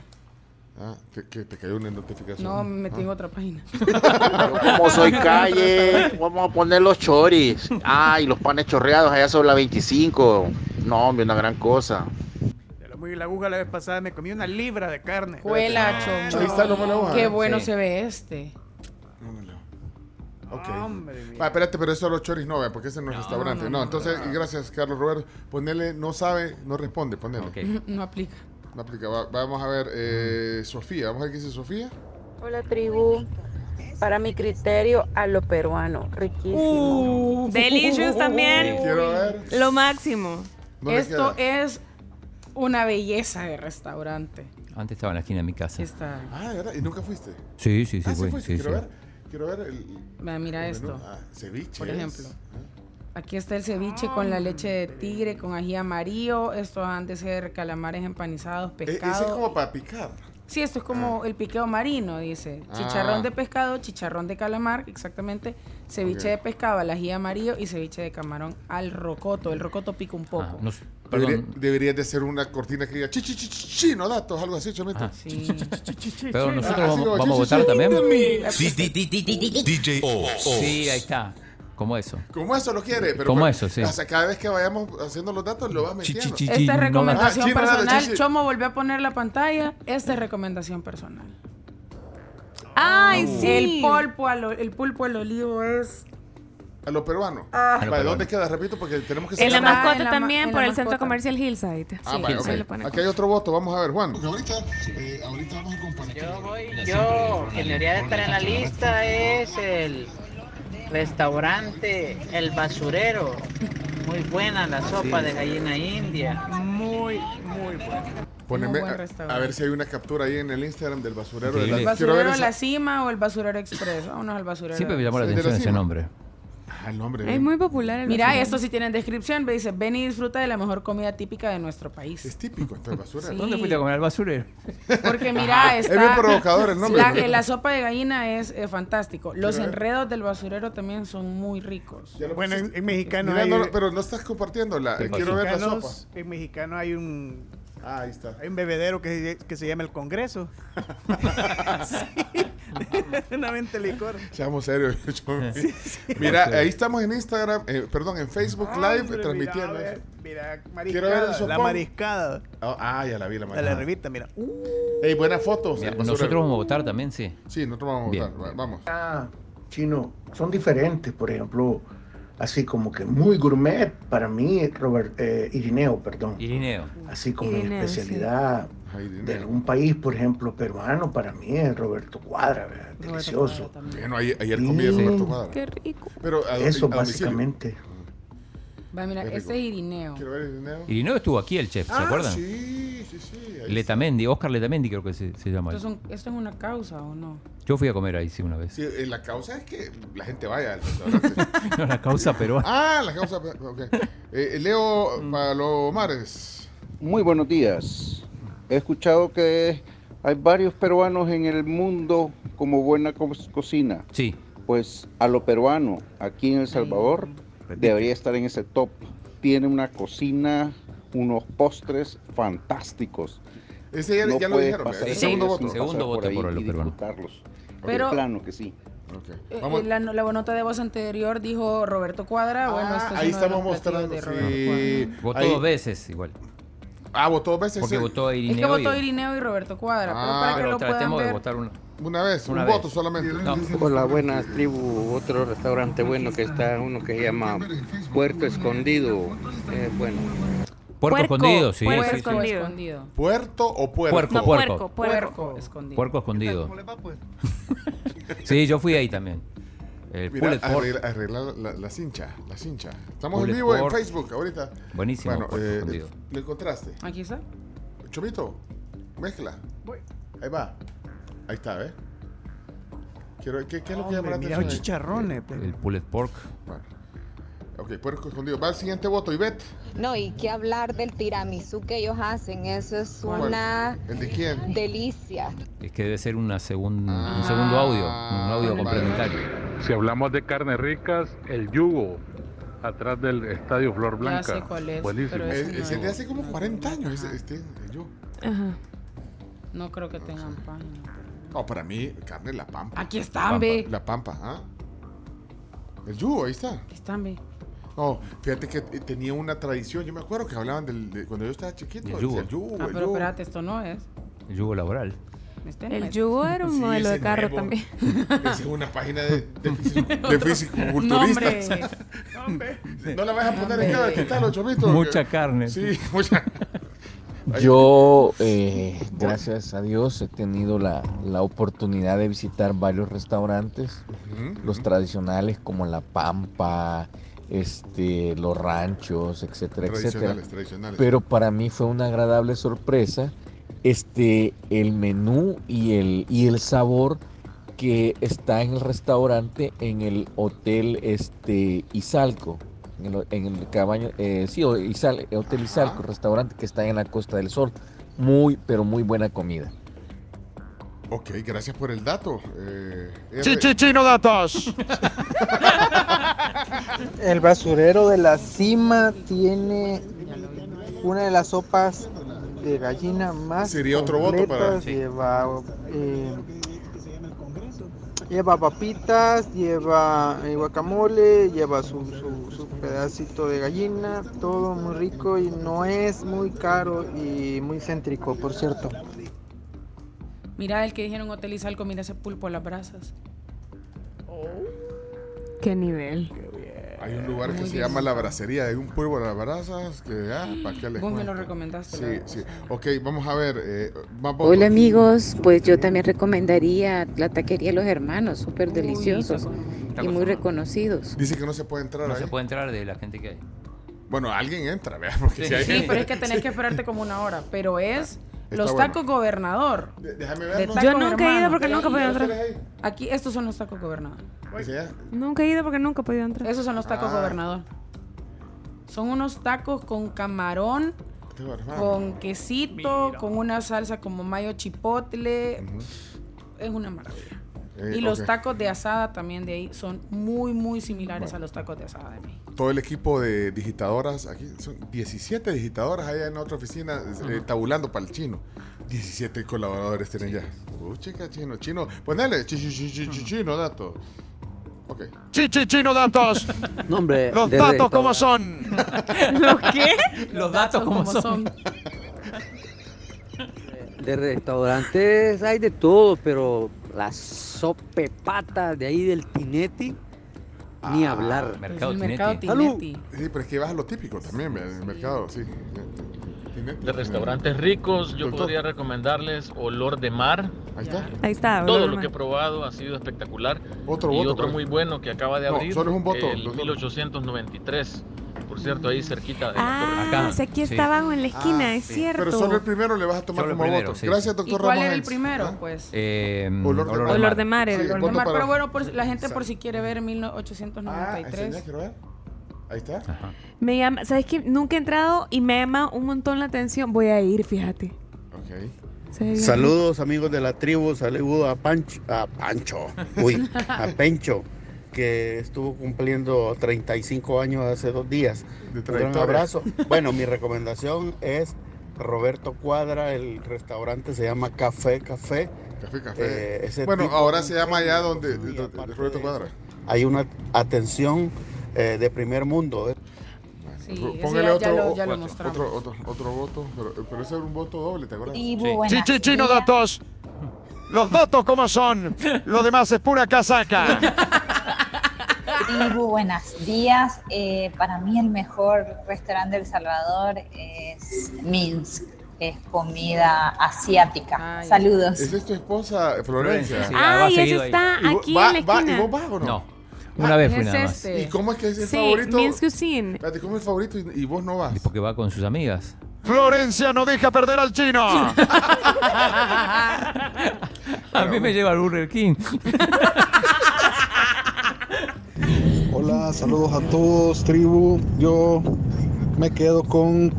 [SPEAKER 1] Ah, que, que te cayó una notificación.
[SPEAKER 3] No, me metí en otra página.
[SPEAKER 11] Como soy calle, vamos a poner los choris. Ay, los panes chorreados allá sobre la 25. No, hombre, una gran cosa.
[SPEAKER 9] De lo muy la aguja la vez pasada me comí una libra de carne.
[SPEAKER 3] Cuela,
[SPEAKER 1] Ah, Ahí está el
[SPEAKER 3] chomo.
[SPEAKER 1] lomo y la aguja.
[SPEAKER 3] Qué bueno
[SPEAKER 2] Sí.
[SPEAKER 3] se ve este.
[SPEAKER 1] Lomo y la aguja. Ok.
[SPEAKER 9] Hombre, mira.
[SPEAKER 1] Ah, espérate, pero eso los choris no, vea, porque ese no es restaurante. No, entonces, gracias, Carlos Roberto. Ponele, no sabe, no responde, ponele.
[SPEAKER 2] Ok.
[SPEAKER 3] No aplica.
[SPEAKER 1] No aplica. Va- vamos a ver, eh, Sofía. Vamos a ver qué dice Sofía.
[SPEAKER 8] Hola tribu, para mi criterio a lo peruano, riquísimo.
[SPEAKER 12] Uh.
[SPEAKER 3] Uh,
[SPEAKER 4] Delicious también.
[SPEAKER 1] Quiero ver.
[SPEAKER 4] Lo máximo.
[SPEAKER 1] No le
[SPEAKER 3] Esto
[SPEAKER 1] queda.
[SPEAKER 3] es una belleza de restaurante.
[SPEAKER 2] Antes estaba en la esquina de mi casa.
[SPEAKER 3] Esta.
[SPEAKER 1] Ah, ¿verdad? ¿Y nunca fuiste?
[SPEAKER 2] Sí, sí, sí,
[SPEAKER 1] ah,
[SPEAKER 2] fue,
[SPEAKER 1] fuiste.
[SPEAKER 2] sí,
[SPEAKER 1] quiero
[SPEAKER 2] sí.
[SPEAKER 1] ver. Quiero ver el.
[SPEAKER 3] Vea, Mira
[SPEAKER 1] el
[SPEAKER 3] esto.
[SPEAKER 1] menú. Ah, ceviche.
[SPEAKER 3] Por
[SPEAKER 1] es.
[SPEAKER 3] ejemplo.
[SPEAKER 1] Ah,
[SPEAKER 3] Aquí está el ceviche con la leche de tigre, con ají amarillo. Esto han de ser calamares empanizados,
[SPEAKER 1] e- Ese es
[SPEAKER 3] pescado.
[SPEAKER 1] como para picar.
[SPEAKER 3] Sí, esto es como el piqueo marino, dice.
[SPEAKER 1] Ah.
[SPEAKER 3] Chicharrón de pescado, chicharrón de calamar, exactamente. Ceviche
[SPEAKER 1] Ok.
[SPEAKER 3] de pescado al ají amarillo y ceviche de camarón al rocoto. El rocoto pica un poco.
[SPEAKER 2] Ah, no sé.
[SPEAKER 1] Debería,
[SPEAKER 2] perdón,
[SPEAKER 1] deberías de ser una cortina que diga chi, chi, chi, chi, chino datos, algo así, chomito.
[SPEAKER 2] Ajá.
[SPEAKER 3] Sí.
[SPEAKER 2] perdón,
[SPEAKER 1] Ah,
[SPEAKER 2] nosotros
[SPEAKER 1] sí,
[SPEAKER 2] vamos,
[SPEAKER 1] como,
[SPEAKER 2] vamos a
[SPEAKER 1] sí, sí,
[SPEAKER 2] votar
[SPEAKER 1] sí,
[SPEAKER 2] también.
[SPEAKER 11] DJ O.
[SPEAKER 2] Sí, ahí está. Como eso.
[SPEAKER 1] Como eso lo quiere, pero.
[SPEAKER 2] Como
[SPEAKER 1] pero-
[SPEAKER 2] eso, sí.
[SPEAKER 1] o sea, cada vez que vayamos haciendo los datos, lo vas
[SPEAKER 2] Chi,
[SPEAKER 1] metiendo.
[SPEAKER 2] chi, chi, chi,
[SPEAKER 3] Esta es
[SPEAKER 2] no más.
[SPEAKER 3] recomendación
[SPEAKER 1] Ah, sí, no, no,
[SPEAKER 3] personal.
[SPEAKER 1] sí, sí.
[SPEAKER 3] Chomo volvió a poner la pantalla. Esta es recomendación personal.
[SPEAKER 4] Ay, sí.
[SPEAKER 3] El, polpo al o- el pulpo al olivo es
[SPEAKER 1] A lo peruano.
[SPEAKER 2] A lo
[SPEAKER 1] ¿Para
[SPEAKER 2] peruano.
[SPEAKER 1] dónde queda? Repito, porque tenemos que
[SPEAKER 4] Ah. En la
[SPEAKER 3] Está
[SPEAKER 1] cerrar.
[SPEAKER 3] en
[SPEAKER 4] mascota
[SPEAKER 3] la ma-
[SPEAKER 4] también,
[SPEAKER 3] en
[SPEAKER 4] por
[SPEAKER 3] la
[SPEAKER 4] el centro
[SPEAKER 3] mascota.
[SPEAKER 4] comercial Hillside.
[SPEAKER 1] Ah,
[SPEAKER 4] sí,
[SPEAKER 1] vale,
[SPEAKER 4] se lo
[SPEAKER 1] ok.
[SPEAKER 4] pone.
[SPEAKER 1] Aquí hay otro voto, vamos a ver, Juan.
[SPEAKER 10] Yo voy, yo, que debería de estar en la lista es el restaurante El Basurero. Muy buena la sopa de gallina india.
[SPEAKER 9] Muy, muy bueno.
[SPEAKER 1] Poneme,
[SPEAKER 3] buen
[SPEAKER 1] a,
[SPEAKER 3] restaurante.
[SPEAKER 1] a ver si hay una captura ahí en el Instagram del basurero. De
[SPEAKER 2] Increíble.
[SPEAKER 1] la,
[SPEAKER 3] el
[SPEAKER 2] El
[SPEAKER 1] quiero ver
[SPEAKER 3] basurero a
[SPEAKER 1] esa-
[SPEAKER 3] la cima o el basurero express. Vámonos al basurero.
[SPEAKER 2] Siempre me llamó la
[SPEAKER 1] Sí, de la
[SPEAKER 2] atención ese
[SPEAKER 1] cima.
[SPEAKER 2] nombre.
[SPEAKER 1] Ah, el nombre.
[SPEAKER 4] Es muy popular el
[SPEAKER 3] Mira,
[SPEAKER 4] restaurante.
[SPEAKER 3] esto sí tiene descripción. Me dice, ven y disfruta de la mejor comida típica de nuestro
[SPEAKER 1] Es
[SPEAKER 3] país.
[SPEAKER 1] típico, entonces basurero.
[SPEAKER 3] Sí.
[SPEAKER 2] ¿Dónde fuiste a comer al basurero?
[SPEAKER 3] Porque mira,
[SPEAKER 1] Es
[SPEAKER 3] está...
[SPEAKER 1] bien provocador el nombre.
[SPEAKER 3] La, eh, la sopa de gallina es eh, fantástico. Los
[SPEAKER 1] Quiero ver.
[SPEAKER 3] enredos del basurero también son muy ricos.
[SPEAKER 1] Ya lo
[SPEAKER 9] Bueno, en,
[SPEAKER 1] pusiste.
[SPEAKER 9] en mexicano
[SPEAKER 1] Mira,
[SPEAKER 9] hay...
[SPEAKER 1] no, pero no estás compartiendo la.
[SPEAKER 2] ¿Qué
[SPEAKER 1] Quiero ver la sopa.
[SPEAKER 9] mexicanos- En mexicano hay un,
[SPEAKER 1] Ah, ahí está.
[SPEAKER 9] hay un bebedero que, se- que se llama el Congreso. sí, una mente licor.
[SPEAKER 1] Seamos serios. yo- Mira, ahí estamos en Instagram, eh, perdón, en Facebook Live
[SPEAKER 9] Hombre,
[SPEAKER 1] transmitiendo.
[SPEAKER 9] Mira, a ver, mira,
[SPEAKER 1] Quiero ver el
[SPEAKER 9] mariscada, la
[SPEAKER 1] sopón.
[SPEAKER 9] mariscada.
[SPEAKER 1] Ah, ah, ya la vi la
[SPEAKER 9] De la
[SPEAKER 1] mañana.
[SPEAKER 9] revista, mira. Uh,
[SPEAKER 1] Ey, buenas fotos.
[SPEAKER 2] Mira,
[SPEAKER 1] el basurero.
[SPEAKER 2] Nosotros vamos a votar también, sí.
[SPEAKER 1] Sí, nosotros vamos a
[SPEAKER 2] Bien.
[SPEAKER 1] votar. va- Vamos.
[SPEAKER 10] chino, son diferentes, por ejemplo, así como que muy gourmet para mí, Robert, eh, Irineo, perdón.
[SPEAKER 2] Irineo.
[SPEAKER 10] Así como mi
[SPEAKER 4] Irineo, sí.
[SPEAKER 10] especialidad
[SPEAKER 1] Ay,
[SPEAKER 10] de
[SPEAKER 1] dinero.
[SPEAKER 10] algún país, por ejemplo, peruano, para mí es Roberto Cuadra, ¿verdad?
[SPEAKER 3] Roberto
[SPEAKER 10] delicioso.
[SPEAKER 3] Cuadra también.
[SPEAKER 1] Bueno, ayer, ayer comí de
[SPEAKER 10] Sí.
[SPEAKER 1] Roberto Cuadra.
[SPEAKER 4] Qué rico.
[SPEAKER 1] Pero a,
[SPEAKER 10] Eso
[SPEAKER 1] a domicilio.
[SPEAKER 10] básicamente.
[SPEAKER 3] Va, mira,
[SPEAKER 1] Qué rico.
[SPEAKER 3] este es Irineo.
[SPEAKER 1] Quiero ver el dinero.
[SPEAKER 2] Irineo estuvo aquí el chef, ¿se
[SPEAKER 1] Ah,
[SPEAKER 2] acuerdan?
[SPEAKER 1] Sí, sí, sí. ahí está.
[SPEAKER 2] Letamendi, Oscar Letamendi creo que se, se llama.
[SPEAKER 3] Esto, son- esto es una causa o no?
[SPEAKER 2] Yo fui a comer ahí, sí, una vez.
[SPEAKER 1] Sí, eh, la causa es que la gente vaya al restaurante.
[SPEAKER 2] No, la causa peruana.
[SPEAKER 1] ah, la causa. Ok. Eh, Leo Palomares.
[SPEAKER 11] Muy buenos días. He escuchado que hay varios peruanos en el mundo como buena co- cocina.
[SPEAKER 2] Sí.
[SPEAKER 11] Pues a lo peruano, aquí en El Salvador, debería estar en ese top. Tiene una cocina, unos postres fantásticos.
[SPEAKER 1] Ese ya,
[SPEAKER 11] no
[SPEAKER 1] ya lo
[SPEAKER 11] puedes
[SPEAKER 1] dijeron.
[SPEAKER 11] pasar
[SPEAKER 1] ¿verdad? El
[SPEAKER 11] ese
[SPEAKER 2] Sí,
[SPEAKER 1] segundo
[SPEAKER 11] día sin
[SPEAKER 1] voto.
[SPEAKER 2] Segundo
[SPEAKER 11] pasar
[SPEAKER 2] voto por
[SPEAKER 11] ahí
[SPEAKER 2] lo
[SPEAKER 11] y
[SPEAKER 2] peruano.
[SPEAKER 11] disfrutarlos.
[SPEAKER 3] Pero-
[SPEAKER 11] Pero, plano que sí.
[SPEAKER 3] Eh,
[SPEAKER 1] Vamos- Ah,
[SPEAKER 3] eh, La, la nota de voz anterior dijo Roberto Cuadra. bueno, esto es
[SPEAKER 1] ahí
[SPEAKER 3] uno de los
[SPEAKER 1] estamos
[SPEAKER 3] platillos
[SPEAKER 1] mostrando.
[SPEAKER 3] de Roberto
[SPEAKER 1] Sí.
[SPEAKER 2] Votó
[SPEAKER 1] Ahí-
[SPEAKER 2] dos veces igual.
[SPEAKER 1] Ah, votó dos veces.
[SPEAKER 2] Porque
[SPEAKER 1] sí.
[SPEAKER 2] votó a
[SPEAKER 3] Es
[SPEAKER 2] Irineo.
[SPEAKER 3] que votó
[SPEAKER 2] y-
[SPEAKER 3] Irineo y Roberto Cuadra,
[SPEAKER 1] Ah,
[SPEAKER 3] pero para que
[SPEAKER 2] pero
[SPEAKER 3] lo puedan
[SPEAKER 2] tratemos de
[SPEAKER 3] ver.
[SPEAKER 2] votar una.
[SPEAKER 1] Una vez,
[SPEAKER 2] Una
[SPEAKER 1] un
[SPEAKER 2] vez.
[SPEAKER 1] voto solamente.
[SPEAKER 2] No.
[SPEAKER 13] Hola, buenas tribu. Otro restaurante bueno que está, uno que se llama Puerto Escondido. Es bueno.
[SPEAKER 2] Puerco,
[SPEAKER 13] Puerco,
[SPEAKER 2] escondido, sí.
[SPEAKER 13] puerco
[SPEAKER 2] sí, sí.
[SPEAKER 13] escondido.
[SPEAKER 3] Escondido.
[SPEAKER 1] ¿Puerto o puerco?
[SPEAKER 2] Puerco, puerco.
[SPEAKER 3] Puerco, puerco escondido.
[SPEAKER 2] Puerco escondido.
[SPEAKER 9] pues?
[SPEAKER 2] sí, yo fui ahí también. El
[SPEAKER 1] Mira,
[SPEAKER 2] Pulled Pork.
[SPEAKER 1] arregla, arregla la, la cincha, la cincha. Estamos
[SPEAKER 2] Bullet
[SPEAKER 1] en vivo
[SPEAKER 2] board.
[SPEAKER 1] en Facebook ahorita.
[SPEAKER 2] Buenísimo,
[SPEAKER 1] Bueno,
[SPEAKER 2] puerco
[SPEAKER 1] eh,
[SPEAKER 2] escondido.
[SPEAKER 1] lo encontraste.
[SPEAKER 3] Aquí está.
[SPEAKER 1] Chomito, mezcla. Ahí va. Ahí está, ¿ves? Quiero, ¿qué, qué es lo que llama la
[SPEAKER 9] Hombre, mira
[SPEAKER 1] atención?
[SPEAKER 9] los
[SPEAKER 1] ahí?
[SPEAKER 9] chicharrones. pues.
[SPEAKER 2] El pulled pork.
[SPEAKER 1] Ok, puerco escondido. Va al siguiente voto, Ivette.
[SPEAKER 12] No, y qué hablar del tiramisú que ellos hacen, eso es
[SPEAKER 1] ¿Cuál?
[SPEAKER 12] una
[SPEAKER 1] ¿El de quién?
[SPEAKER 12] delicia.
[SPEAKER 2] Es eh, que debe ser una segun-
[SPEAKER 1] Ah,
[SPEAKER 2] un segundo audio, un audio complementario.
[SPEAKER 14] Si hablamos de carnes ricas, el yugo atrás del Estadio Flor Blanca.
[SPEAKER 1] sé cuál es,
[SPEAKER 14] Buenísimo.
[SPEAKER 1] pero ese Eh, no ese es. de hace como 40 años, ese- este, yo.
[SPEAKER 3] Ajá. No creo que tengan página.
[SPEAKER 1] No, para mí, carne la pampa.
[SPEAKER 3] Aquí
[SPEAKER 1] La
[SPEAKER 3] están,
[SPEAKER 1] Pampa.
[SPEAKER 3] ve.
[SPEAKER 1] La pampa, ¿ah? El yugo, ahí está.
[SPEAKER 3] Aquí están, ve.
[SPEAKER 1] No, fíjate que eh, tenía una tradición. Yo me acuerdo que hablaban del, de- cuando yo estaba chiquito.
[SPEAKER 2] Del
[SPEAKER 1] decía,
[SPEAKER 2] yugo.
[SPEAKER 1] El yugo,
[SPEAKER 3] Ah,
[SPEAKER 1] el
[SPEAKER 3] pero
[SPEAKER 1] yugo.
[SPEAKER 3] espérate, esto no es.
[SPEAKER 2] El yugo laboral.
[SPEAKER 3] Este no
[SPEAKER 4] El
[SPEAKER 3] es.
[SPEAKER 4] yugo era un
[SPEAKER 1] Sí,
[SPEAKER 4] modelo
[SPEAKER 1] ese
[SPEAKER 4] de carro
[SPEAKER 1] nuevo.
[SPEAKER 4] también.
[SPEAKER 1] Esa es una página de, de, físico-
[SPEAKER 4] Otro.
[SPEAKER 1] de fisicoculturistas.
[SPEAKER 4] No,
[SPEAKER 1] No la vas a poner en cada quitarlo, chomito.
[SPEAKER 2] Mucha carne.
[SPEAKER 1] Sí, mucha.
[SPEAKER 15] Yo, eh, gracias a Dios, he tenido la, la oportunidad de visitar varios restaurantes,
[SPEAKER 1] Ujú,
[SPEAKER 15] los tradicionales como La Pampa, este, los ranchos, etcétera, etcétera.
[SPEAKER 1] Tradicionales, tradicionales.
[SPEAKER 15] Pero para mí fue una agradable sorpresa este, el menú y el, y el sabor que está en el restaurante en el hotel este, Izalco. En el, en el cabaño, eh, sí, o- Izal- Hotel Izalco, restaurante que está en la Costa del Sol. Muy, pero muy buena comida.
[SPEAKER 1] Ok, gracias por el dato. Eh, R-
[SPEAKER 16] Chichichino datos. El basurero de la cima tiene una de las sopas de gallina más
[SPEAKER 1] Sería otro voto para-
[SPEAKER 16] completas.
[SPEAKER 1] Sí.
[SPEAKER 16] Lleva, eh, lleva papitas, lleva eh, guacamole, lleva su, su- su pedacito de gallina, todo muy rico y no es muy caro y muy céntrico, por cierto.
[SPEAKER 3] Mira el que dijeron Hotel Izalco, mira ese pulpo a las brasas.
[SPEAKER 4] Qué nivel.
[SPEAKER 1] Hay un lugar que
[SPEAKER 3] Muy
[SPEAKER 1] se
[SPEAKER 3] bien.
[SPEAKER 1] llama La Bracería, hay un pueblo de las brasas que, ah, ¿para qué les
[SPEAKER 3] Vos me
[SPEAKER 1] cuento?
[SPEAKER 3] lo recomendaste. la
[SPEAKER 1] Sí,
[SPEAKER 3] verdad.
[SPEAKER 1] sí. Ok, vamos a ver. eh, más votos.
[SPEAKER 17] Hola amigos, pues yo también recomendaría la taquería Los Hermanos, súper deliciosos y muy reconocidos.
[SPEAKER 1] Dice que no se puede entrar
[SPEAKER 2] No
[SPEAKER 1] ahí.
[SPEAKER 2] se puede entrar de la gente que hay.
[SPEAKER 1] Bueno, alguien entra, vea, porque
[SPEAKER 2] Sí,
[SPEAKER 1] si hay
[SPEAKER 2] sí,
[SPEAKER 3] Sí,
[SPEAKER 1] gente-
[SPEAKER 3] pero es que tenés que esperarte como una hora. Pero es
[SPEAKER 1] Ah, Está
[SPEAKER 3] los
[SPEAKER 1] bueno.
[SPEAKER 3] tacos gobernador.
[SPEAKER 1] déjame
[SPEAKER 4] ver, ¿no? Yo nunca he ido porque nunca he podido
[SPEAKER 3] podía
[SPEAKER 4] entrar.
[SPEAKER 3] Aquí, estos son los tacos gobernador.
[SPEAKER 4] Nunca he ido porque nunca he podido entrar.
[SPEAKER 3] Esos son los tacos
[SPEAKER 4] Ah.
[SPEAKER 3] gobernador. Son unos tacos con camarón,
[SPEAKER 1] Ah.
[SPEAKER 3] con quesito, con una salsa como mayo chipotle. Es una maravilla.
[SPEAKER 1] Eh,
[SPEAKER 3] y los
[SPEAKER 1] ok.
[SPEAKER 3] tacos de asada también de ahí son muy, muy similares a los tacos de asada de México.
[SPEAKER 1] Todo el equipo de digitadoras, aquí son 17 digitadoras allá en otra oficina, eh, tabulando para el chino. 17 colaboradores tienen ya. Uh, chica, chino, chino. Ponele, chi- chi- chi- chi- chi- chino, dato. Ok.
[SPEAKER 16] Chichichino datos.
[SPEAKER 13] No, hombre,
[SPEAKER 16] Los
[SPEAKER 13] de
[SPEAKER 16] datos como
[SPEAKER 13] restaurante.
[SPEAKER 16] son.
[SPEAKER 4] ¿Los qué?
[SPEAKER 2] Los datos como son.
[SPEAKER 13] De restaurantes hay de todo, pero la sopepata de ahí del Tineti, ni
[SPEAKER 18] Ah,
[SPEAKER 13] hablar.
[SPEAKER 2] mercado
[SPEAKER 1] Es el
[SPEAKER 2] Pues mercado Tineti.
[SPEAKER 13] Salud.
[SPEAKER 1] Sí, pero es que vas a lo típico también, ¿verdad? en el mercado, sí.
[SPEAKER 18] De restaurantes ricos, yo podría recomendarles Olor de Mar.
[SPEAKER 1] Ahí está.
[SPEAKER 4] Ahí está.
[SPEAKER 18] Todo
[SPEAKER 4] Olor
[SPEAKER 18] lo
[SPEAKER 4] Mar.
[SPEAKER 18] que he probado ha sido espectacular.
[SPEAKER 1] Otro
[SPEAKER 18] y
[SPEAKER 1] voto,
[SPEAKER 18] otro
[SPEAKER 1] pues.
[SPEAKER 18] muy bueno que acaba de
[SPEAKER 1] No,
[SPEAKER 18] abrir.
[SPEAKER 1] solo es un voto,
[SPEAKER 18] El
[SPEAKER 1] doctor.
[SPEAKER 18] 1893. Por cierto, ahí cerquita de
[SPEAKER 4] Ah, o sea, aquí está
[SPEAKER 18] estaba
[SPEAKER 4] abajo en la
[SPEAKER 3] Ah,
[SPEAKER 4] esquina, es cierto.
[SPEAKER 1] Pero solo el primero le vas a tomar
[SPEAKER 2] Solo el
[SPEAKER 1] como
[SPEAKER 2] primero,
[SPEAKER 1] voto.
[SPEAKER 2] sí.
[SPEAKER 1] Gracias,
[SPEAKER 3] ¿Y
[SPEAKER 1] doctor
[SPEAKER 3] cuál
[SPEAKER 1] Ramos
[SPEAKER 3] era el
[SPEAKER 1] Hens.
[SPEAKER 3] primero? Pues.
[SPEAKER 2] Eh,
[SPEAKER 1] Olor de mar.
[SPEAKER 4] Olor de mar.
[SPEAKER 1] Sí,
[SPEAKER 4] el-
[SPEAKER 3] Olor de
[SPEAKER 1] voto
[SPEAKER 3] mar,
[SPEAKER 1] para-
[SPEAKER 3] pero bueno, por- la gente
[SPEAKER 1] Sa-
[SPEAKER 3] por si quiere ver
[SPEAKER 1] Ah, enseñá,
[SPEAKER 3] 1893.
[SPEAKER 1] quiero ver. Ahí está.
[SPEAKER 3] Ah.
[SPEAKER 4] Me llama, ¿sabes qué? Nunca he entrado y me llama un montón la atención. Voy a ir, fíjate. Se ve bien.
[SPEAKER 19] Saludos amigos de la tribu, saludos a Pancho,
[SPEAKER 1] ah,
[SPEAKER 19] a Pancho, uy, a Pencho, que estuvo cumpliendo 35 años hace dos días. Un gran
[SPEAKER 1] trayectoria.
[SPEAKER 19] abrazo. Bueno, mi recomendación es Roberto Cuadra, el restaurante se llama Café Café,
[SPEAKER 1] Café, café.
[SPEAKER 20] Eh, ese
[SPEAKER 1] bueno,
[SPEAKER 20] tipo
[SPEAKER 1] ahora
[SPEAKER 20] de
[SPEAKER 1] se llama allá donde,
[SPEAKER 20] Y
[SPEAKER 1] donde-
[SPEAKER 20] aparte
[SPEAKER 1] Roberto
[SPEAKER 20] de
[SPEAKER 1] Cuadra.
[SPEAKER 20] eso, Hay una atención eh, de primer mundo. eh.
[SPEAKER 1] P-
[SPEAKER 3] ese
[SPEAKER 1] Póngale
[SPEAKER 3] ya-
[SPEAKER 1] otro,
[SPEAKER 3] ya lo- ya lo
[SPEAKER 1] otro-
[SPEAKER 3] mostramos.
[SPEAKER 1] otro, otro, otro voto, pero, pero ese era un voto doble, ¿te acuerdas?
[SPEAKER 3] Y
[SPEAKER 21] Sí, sí, chino datos. Los datos como son. Lo demás es pura casaca.
[SPEAKER 8] Tribu, buenos días. Eh, para mí el mejor restaurante de El Salvador es Minsk, es comida asiática. Saludos.
[SPEAKER 1] Esa es tu esposa, Florencia.
[SPEAKER 2] Florencia, sí, Ah, va y seguido ese ahí. está
[SPEAKER 1] ¿Y vos-
[SPEAKER 2] aquí
[SPEAKER 1] va-
[SPEAKER 2] en la
[SPEAKER 1] va- ¿Y
[SPEAKER 2] esquina.
[SPEAKER 1] vos vas o no?
[SPEAKER 2] No. Una vez fui nada más.
[SPEAKER 1] ¿Y cómo es que es el
[SPEAKER 4] Sí,
[SPEAKER 1] favorito?
[SPEAKER 4] Minsk
[SPEAKER 1] Espérate, ¿cómo es el favorito y, y vos no vas?
[SPEAKER 2] Porque va con sus amigas.
[SPEAKER 21] Florencia no deja perder al chino.
[SPEAKER 2] A mí me lleva el Burger King.
[SPEAKER 22] Hola, saludos a todos, tribu. Yo me quedo con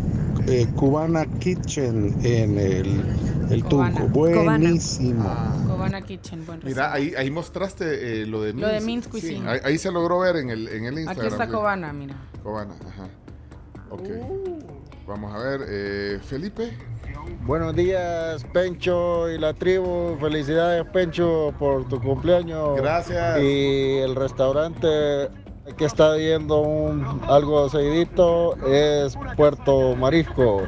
[SPEAKER 22] eh, Cubana Kitchen en el, el Tunco.
[SPEAKER 3] Cubana.
[SPEAKER 22] Buenísimo.
[SPEAKER 23] Ah,
[SPEAKER 3] Cobana Kitchen, buen
[SPEAKER 1] Mira,
[SPEAKER 3] restaurante.
[SPEAKER 1] ahí, ahí mostraste eh, lo de Minsk.
[SPEAKER 3] Lo de Minsk
[SPEAKER 1] Sí,
[SPEAKER 3] Cuisine.
[SPEAKER 1] ahí, ahí se logró ver en el, en el
[SPEAKER 3] Aquí
[SPEAKER 1] Instagram.
[SPEAKER 3] está
[SPEAKER 1] sí.
[SPEAKER 3] Cobana, Uh. mira.
[SPEAKER 1] Cobana, ajá. Ok. Vamos a ver, eh, Felipe.
[SPEAKER 24] Buenos días, Pencho y la tribu. Felicidades, Pencho, por tu
[SPEAKER 15] Oh.
[SPEAKER 24] cumpleaños.
[SPEAKER 1] Gracias.
[SPEAKER 24] Y el restaurante que está viendo un, algo seguidito es Puerto Marisco.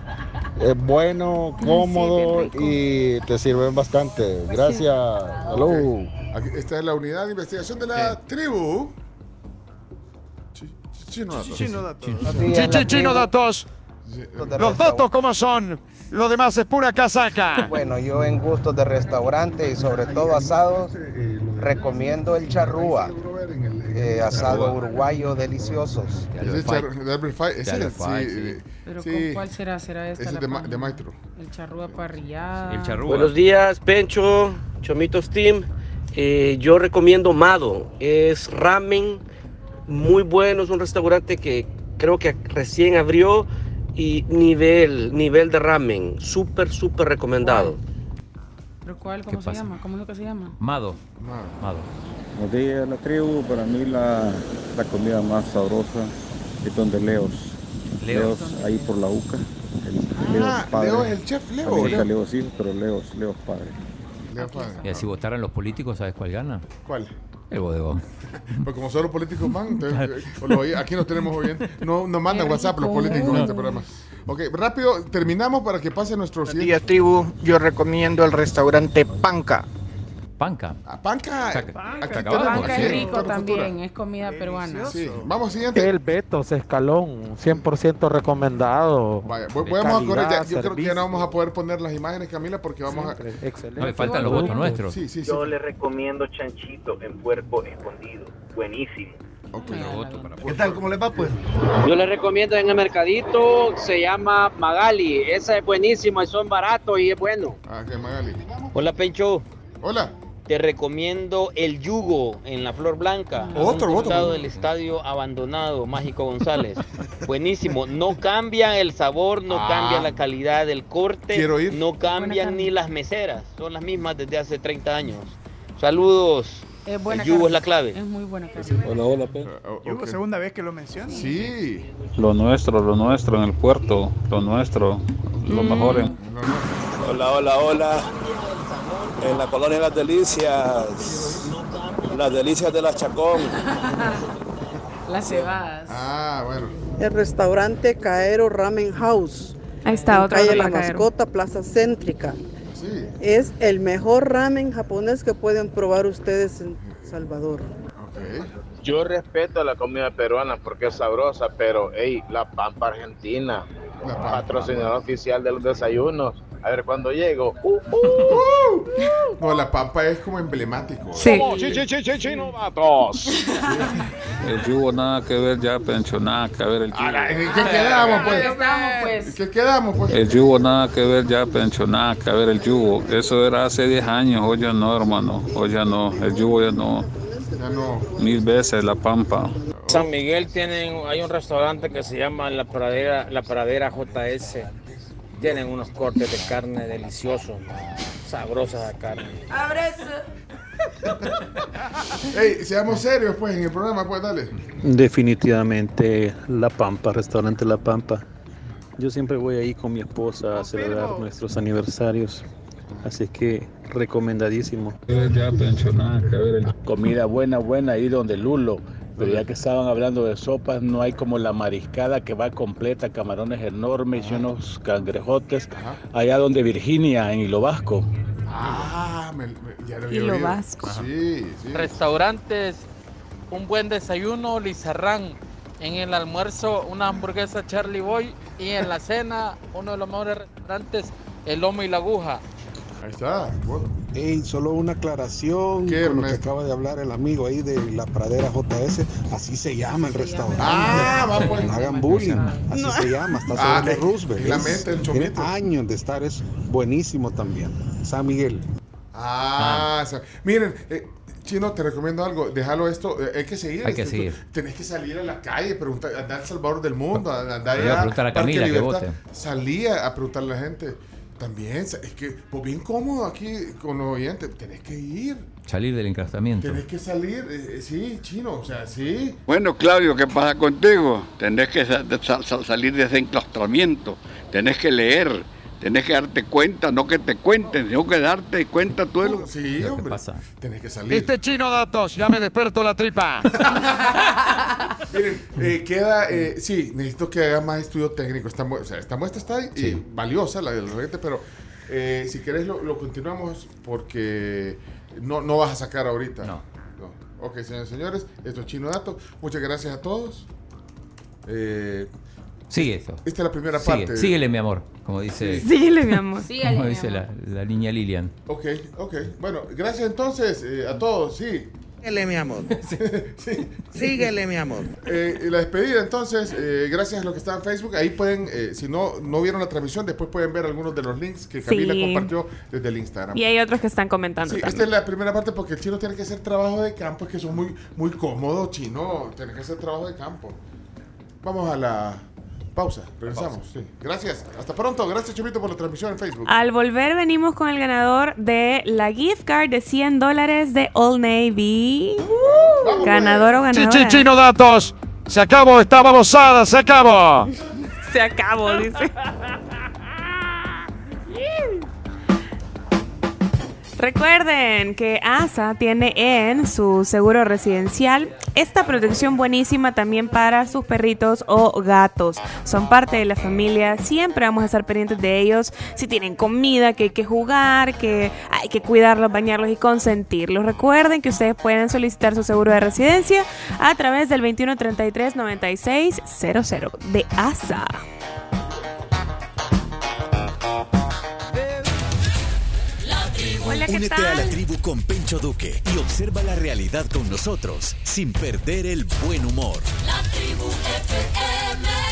[SPEAKER 24] Es bueno, cómodo y te sirven bastante. Gracias. Salud.
[SPEAKER 1] Aquí- esta es la unidad de investigación de la tribu. Chi- chi- Chino datos.
[SPEAKER 21] Chino
[SPEAKER 1] datos.
[SPEAKER 25] Ah,
[SPEAKER 21] Sí, sí, chino datos. Los datos como son. Lo demás es pura casaca.
[SPEAKER 23] Bueno, yo en gustos de restaurante y sobre todo asados, recomiendo el charrúa. eh, asado uruguayo deliciosos.
[SPEAKER 1] Ese char- de Albert Fai- ese
[SPEAKER 23] De
[SPEAKER 1] era-
[SPEAKER 23] Albert Fai,
[SPEAKER 1] sí,
[SPEAKER 23] sí.
[SPEAKER 1] eh,
[SPEAKER 3] Pero
[SPEAKER 1] sí.
[SPEAKER 3] ¿con cuál será? ¿Será esta?
[SPEAKER 1] Ese es
[SPEAKER 3] la
[SPEAKER 1] de, ma-
[SPEAKER 3] pan-
[SPEAKER 1] de Maestro.
[SPEAKER 3] El charrúa parrillada.
[SPEAKER 11] ah.
[SPEAKER 26] Buenos días, Pencho, Chomitos Team. Eh, yo recomiendo Mado. Es ramen muy bueno. Es un restaurante que creo que recién abrió y nivel, nivel de ramen. Súper, súper recomendado.
[SPEAKER 3] ¿Pero cuál? ¿Cómo se
[SPEAKER 26] pasa?
[SPEAKER 3] llama? ¿Cómo es lo que se llama?
[SPEAKER 26] Mado.
[SPEAKER 2] Mado.
[SPEAKER 15] Buenos días, la tribu. Para mí la, la comida más sabrosa es donde Leos.
[SPEAKER 1] Leos.
[SPEAKER 15] Leos, ahí por la UCA. El-
[SPEAKER 1] Ah, Leo es el chef, Leo,
[SPEAKER 15] A mí me
[SPEAKER 1] Leo.
[SPEAKER 15] gusta Leos hijos, pero Leos, Leos padre.
[SPEAKER 1] Leo Padre.
[SPEAKER 2] Y así votaran los políticos, ¿sabes cuál gana?
[SPEAKER 1] ¿Cuál?
[SPEAKER 2] El bodegón.
[SPEAKER 1] Pues como solo políticos van, entonces, eh, lo oí- aquí nos tenemos hoy. No, nos mandan
[SPEAKER 23] Qué
[SPEAKER 1] WhatsApp los
[SPEAKER 23] rico.
[SPEAKER 1] políticos en este programa. Ok, rápido, terminamos para que pase nuestro
[SPEAKER 23] Buenos
[SPEAKER 1] siguiente.
[SPEAKER 23] días, tribu. Yo recomiendo el restaurante Panca.
[SPEAKER 2] Panca.
[SPEAKER 1] Ah, Panca. Aquí
[SPEAKER 2] Ah,
[SPEAKER 23] acabamos
[SPEAKER 1] tenemos,
[SPEAKER 3] Panca
[SPEAKER 1] sí,
[SPEAKER 3] es rico
[SPEAKER 1] doctora Futura.
[SPEAKER 23] eh.
[SPEAKER 3] también, es comida peruana.
[SPEAKER 1] Sí, vamos siguiente.
[SPEAKER 27] El Betos Escalón, 100% recomendado.
[SPEAKER 1] Vaya, Voy- voy- vamos a correr ya. Yo creo que ya no vamos a poder poner las imágenes, Camila, porque vamos a.
[SPEAKER 27] Excelente.
[SPEAKER 2] No, le faltan los votos nuestros.
[SPEAKER 1] Sí, sí, sí.
[SPEAKER 28] Yo le recomiendo chanchito en cuerpo escondido. Buenísimo.
[SPEAKER 25] ¿Qué tal? ¿Cómo les va, pues?
[SPEAKER 11] Yo les recomiendo en el mercadito, se llama Magali. Esa es buenísima, son baratos y es bueno.
[SPEAKER 1] Ah, que Magali.
[SPEAKER 11] Hola, Pencho.
[SPEAKER 1] Hola.
[SPEAKER 11] Te recomiendo El Yugo en la Flor Blanca. a
[SPEAKER 1] Otro
[SPEAKER 11] un
[SPEAKER 1] voto,
[SPEAKER 11] costado
[SPEAKER 1] pues.
[SPEAKER 11] del estadio abandonado, Mágico González. Buenísimo. No cambia el sabor, no
[SPEAKER 1] Ah.
[SPEAKER 11] cambia la calidad del corte.
[SPEAKER 1] Quiero ir.
[SPEAKER 11] No cambian ni las meseras. Son las mismas desde hace 30 años. Saludos.
[SPEAKER 3] Es buena
[SPEAKER 11] el yugo
[SPEAKER 3] carne.
[SPEAKER 11] es la clave.
[SPEAKER 3] Es muy buena carne.
[SPEAKER 15] Hola, hola, Pedro.
[SPEAKER 9] Yugo, segunda vez que lo mencionas.
[SPEAKER 1] Sí.
[SPEAKER 15] Lo nuestro, lo nuestro en el puerto, lo nuestro, lo
[SPEAKER 9] Mm.
[SPEAKER 15] mejor. en-
[SPEAKER 8] Hola, hola, hola. En la colonia Las Delicias. Las Delicias de la Chacón.
[SPEAKER 3] Las cebadas.
[SPEAKER 1] Ah, bueno.
[SPEAKER 22] El restaurante Caero Ramen House.
[SPEAKER 4] Ahí está,
[SPEAKER 22] en
[SPEAKER 4] otro
[SPEAKER 22] Calle La
[SPEAKER 4] ramen Caero.
[SPEAKER 22] Mascota, Plaza Céntrica.
[SPEAKER 1] Sí.
[SPEAKER 22] Es el mejor ramen japonés que pueden probar ustedes en Salvador.
[SPEAKER 24] Yo respeto la comida peruana porque es sabrosa, pero hey, la pampa argentina, patrocinador oficial de los desayunos. A ver cuándo llego. Uh, uh.
[SPEAKER 1] No, la pampa es como emblemático.
[SPEAKER 24] Sí. ¿Cómo? Sí, sí, sí, sí, sí, no, vatos.
[SPEAKER 15] El yugo nada que ver ya, Pencho, nada que ver el
[SPEAKER 24] Eh,
[SPEAKER 1] ¿En
[SPEAKER 15] yugo.
[SPEAKER 1] qué quedamos, pues?
[SPEAKER 3] Estamos, pues.
[SPEAKER 1] ¿Qué quedamos, pues?
[SPEAKER 15] El yugo nada que ver ya, Pencho, nada que ver el yugo. Eso era hace 10 años, hoy ya no, hermano, hoy ya no, el yugo ya no.
[SPEAKER 1] Ya no.
[SPEAKER 15] Mil veces la pampa.
[SPEAKER 23] San Miguel tienen, hay un restaurante que se llama La Pradera, La Pradera JS. Tienen unos cortes de carne deliciosos, sabrosas la carne.
[SPEAKER 1] Ey, seamos serios, pues, en el programa, pues, dale.
[SPEAKER 26] Definitivamente La Pampa, restaurante La Pampa. Yo siempre voy ahí con mi esposa a celebrar nuestros aniversarios.
[SPEAKER 5] Así que recomendadísimo.
[SPEAKER 29] Ya pensionada, que a ver el
[SPEAKER 6] Comida buena, buena, ahí donde Lulo. Pero ya que estaban hablando de sopas, no hay como la mariscada que va completa, camarones enormes y unos cangrejotes, allá donde Virginia, en Hilo Vasco.
[SPEAKER 1] Ah, me- me- ya lo había
[SPEAKER 4] Hilo
[SPEAKER 1] oído.
[SPEAKER 4] Vasco.
[SPEAKER 1] Sí, sí.
[SPEAKER 7] Restaurantes, un buen desayuno, Lizarrán. En el almuerzo, una hamburguesa Charlie Boy. Y en la cena, uno de los mejores restaurantes, el lomo y la aguja.
[SPEAKER 1] Ahí está.
[SPEAKER 30] Ey, solo una aclaración con lo que acaba de hablar el amigo ahí de la pradera JS. Así se llama el restaurante.
[SPEAKER 1] Ah, va, pues.
[SPEAKER 30] No hagan bullying. Así
[SPEAKER 1] No.
[SPEAKER 30] se llama. Está
[SPEAKER 1] Ah,
[SPEAKER 30] sobre
[SPEAKER 1] le-
[SPEAKER 30] Roosevelt.
[SPEAKER 1] la
[SPEAKER 30] Es-
[SPEAKER 1] mete el
[SPEAKER 30] tiene años de estar. Es buenísimo también. San Miguel.
[SPEAKER 1] Ah, o sea, miren, eh, Chino, te recomiendo algo. Déjalo esto. eh, hay que seguir.
[SPEAKER 2] Hay que
[SPEAKER 1] esto-
[SPEAKER 2] seguir.
[SPEAKER 1] Tenés que salir a la calle, preguntar, andar al Salvador del Mundo, andar
[SPEAKER 2] Le iba a preguntar a Camila que
[SPEAKER 1] Salía a preguntarle a la gente. También, sa- es que, pues bien cómodo aquí con los oyentes. Tenés que ir,
[SPEAKER 2] Salir del encrastamiento.
[SPEAKER 1] tenés que salir. eh, eh, sí, Chino, o sea, sí.
[SPEAKER 8] Bueno, Claudio, ¿qué pasa contigo? Tenés que sa- sa- sa- salir de ese enclaustramiento, tenés que leer, tenés que darte cuenta, no que te cuenten, sino que darte cuenta tú de lo
[SPEAKER 1] Sí, hombre.
[SPEAKER 8] pasa.
[SPEAKER 1] Tenés que salir.
[SPEAKER 31] Este chino datos, ya me desperto la tripa.
[SPEAKER 1] Miren, eh, queda, eh, sí, necesito que haga más estudio técnico. Esta, mue- o sea, esta muestra está ahí y
[SPEAKER 2] Sí.
[SPEAKER 1] valiosa, la del regate, pero eh, si querés lo, lo continuamos porque no, no vas a sacar ahorita. No. Ok, señores y señores, esto es Chino Dato. Muchas gracias a todos. Eh,
[SPEAKER 2] Sigue esto.
[SPEAKER 1] Esta es la primera
[SPEAKER 2] Sigue,
[SPEAKER 1] parte.
[SPEAKER 2] Síguele, mi amor. Como dice.
[SPEAKER 1] Sí. Síguele, mi amor. Síguele,
[SPEAKER 2] Como
[SPEAKER 1] mi
[SPEAKER 2] dice la, la niña Lilian.
[SPEAKER 1] ok, ok. Bueno, gracias entonces eh, a todos, sí. Síguele, mi amor.
[SPEAKER 32] Síguele, mi amor.
[SPEAKER 1] Eh, y la despedida, entonces, eh, gracias a los que están en Facebook. Ahí pueden, eh, si no, no vieron la transmisión, después pueden ver algunos de los links que Camila
[SPEAKER 4] Sí.
[SPEAKER 1] compartió desde el Instagram.
[SPEAKER 4] Y hay otros que están comentando
[SPEAKER 1] Sí, esta
[SPEAKER 4] también.
[SPEAKER 1] es la primera parte porque el chino tiene que hacer trabajo de campo, es que son muy, muy cómodos, chino. Tiene que hacer trabajo de campo. Vamos a la pausa, regresamos. sí. Gracias, hasta pronto. Gracias, Chomito, por la transmisión en Facebook.
[SPEAKER 4] Al volver venimos con el ganador de la gift card de 100 dólares de Old Navy.
[SPEAKER 1] pues.
[SPEAKER 4] ganador o
[SPEAKER 31] Chi,
[SPEAKER 4] ganadora.
[SPEAKER 31] chi, chino datos. Se acabó esta babosada, se acabó.
[SPEAKER 4] Se acabó, dice. Recuerden que ASA tiene en su seguro residencial esta protección buenísima también para sus perritos o gatos. Son parte de la familia, siempre vamos a estar pendientes de ellos. Si tienen comida, que hay que jugar, que hay que cuidarlos, bañarlos y consentirlos. Recuerden que ustedes pueden solicitar su seguro de residencia a través del 2133-9600 de ASA. Hola, ¿qué
[SPEAKER 10] Únete a la tribu con Pencho Duque y observa la realidad con nosotros sin perder el buen humor.
[SPEAKER 11] La tribu FM.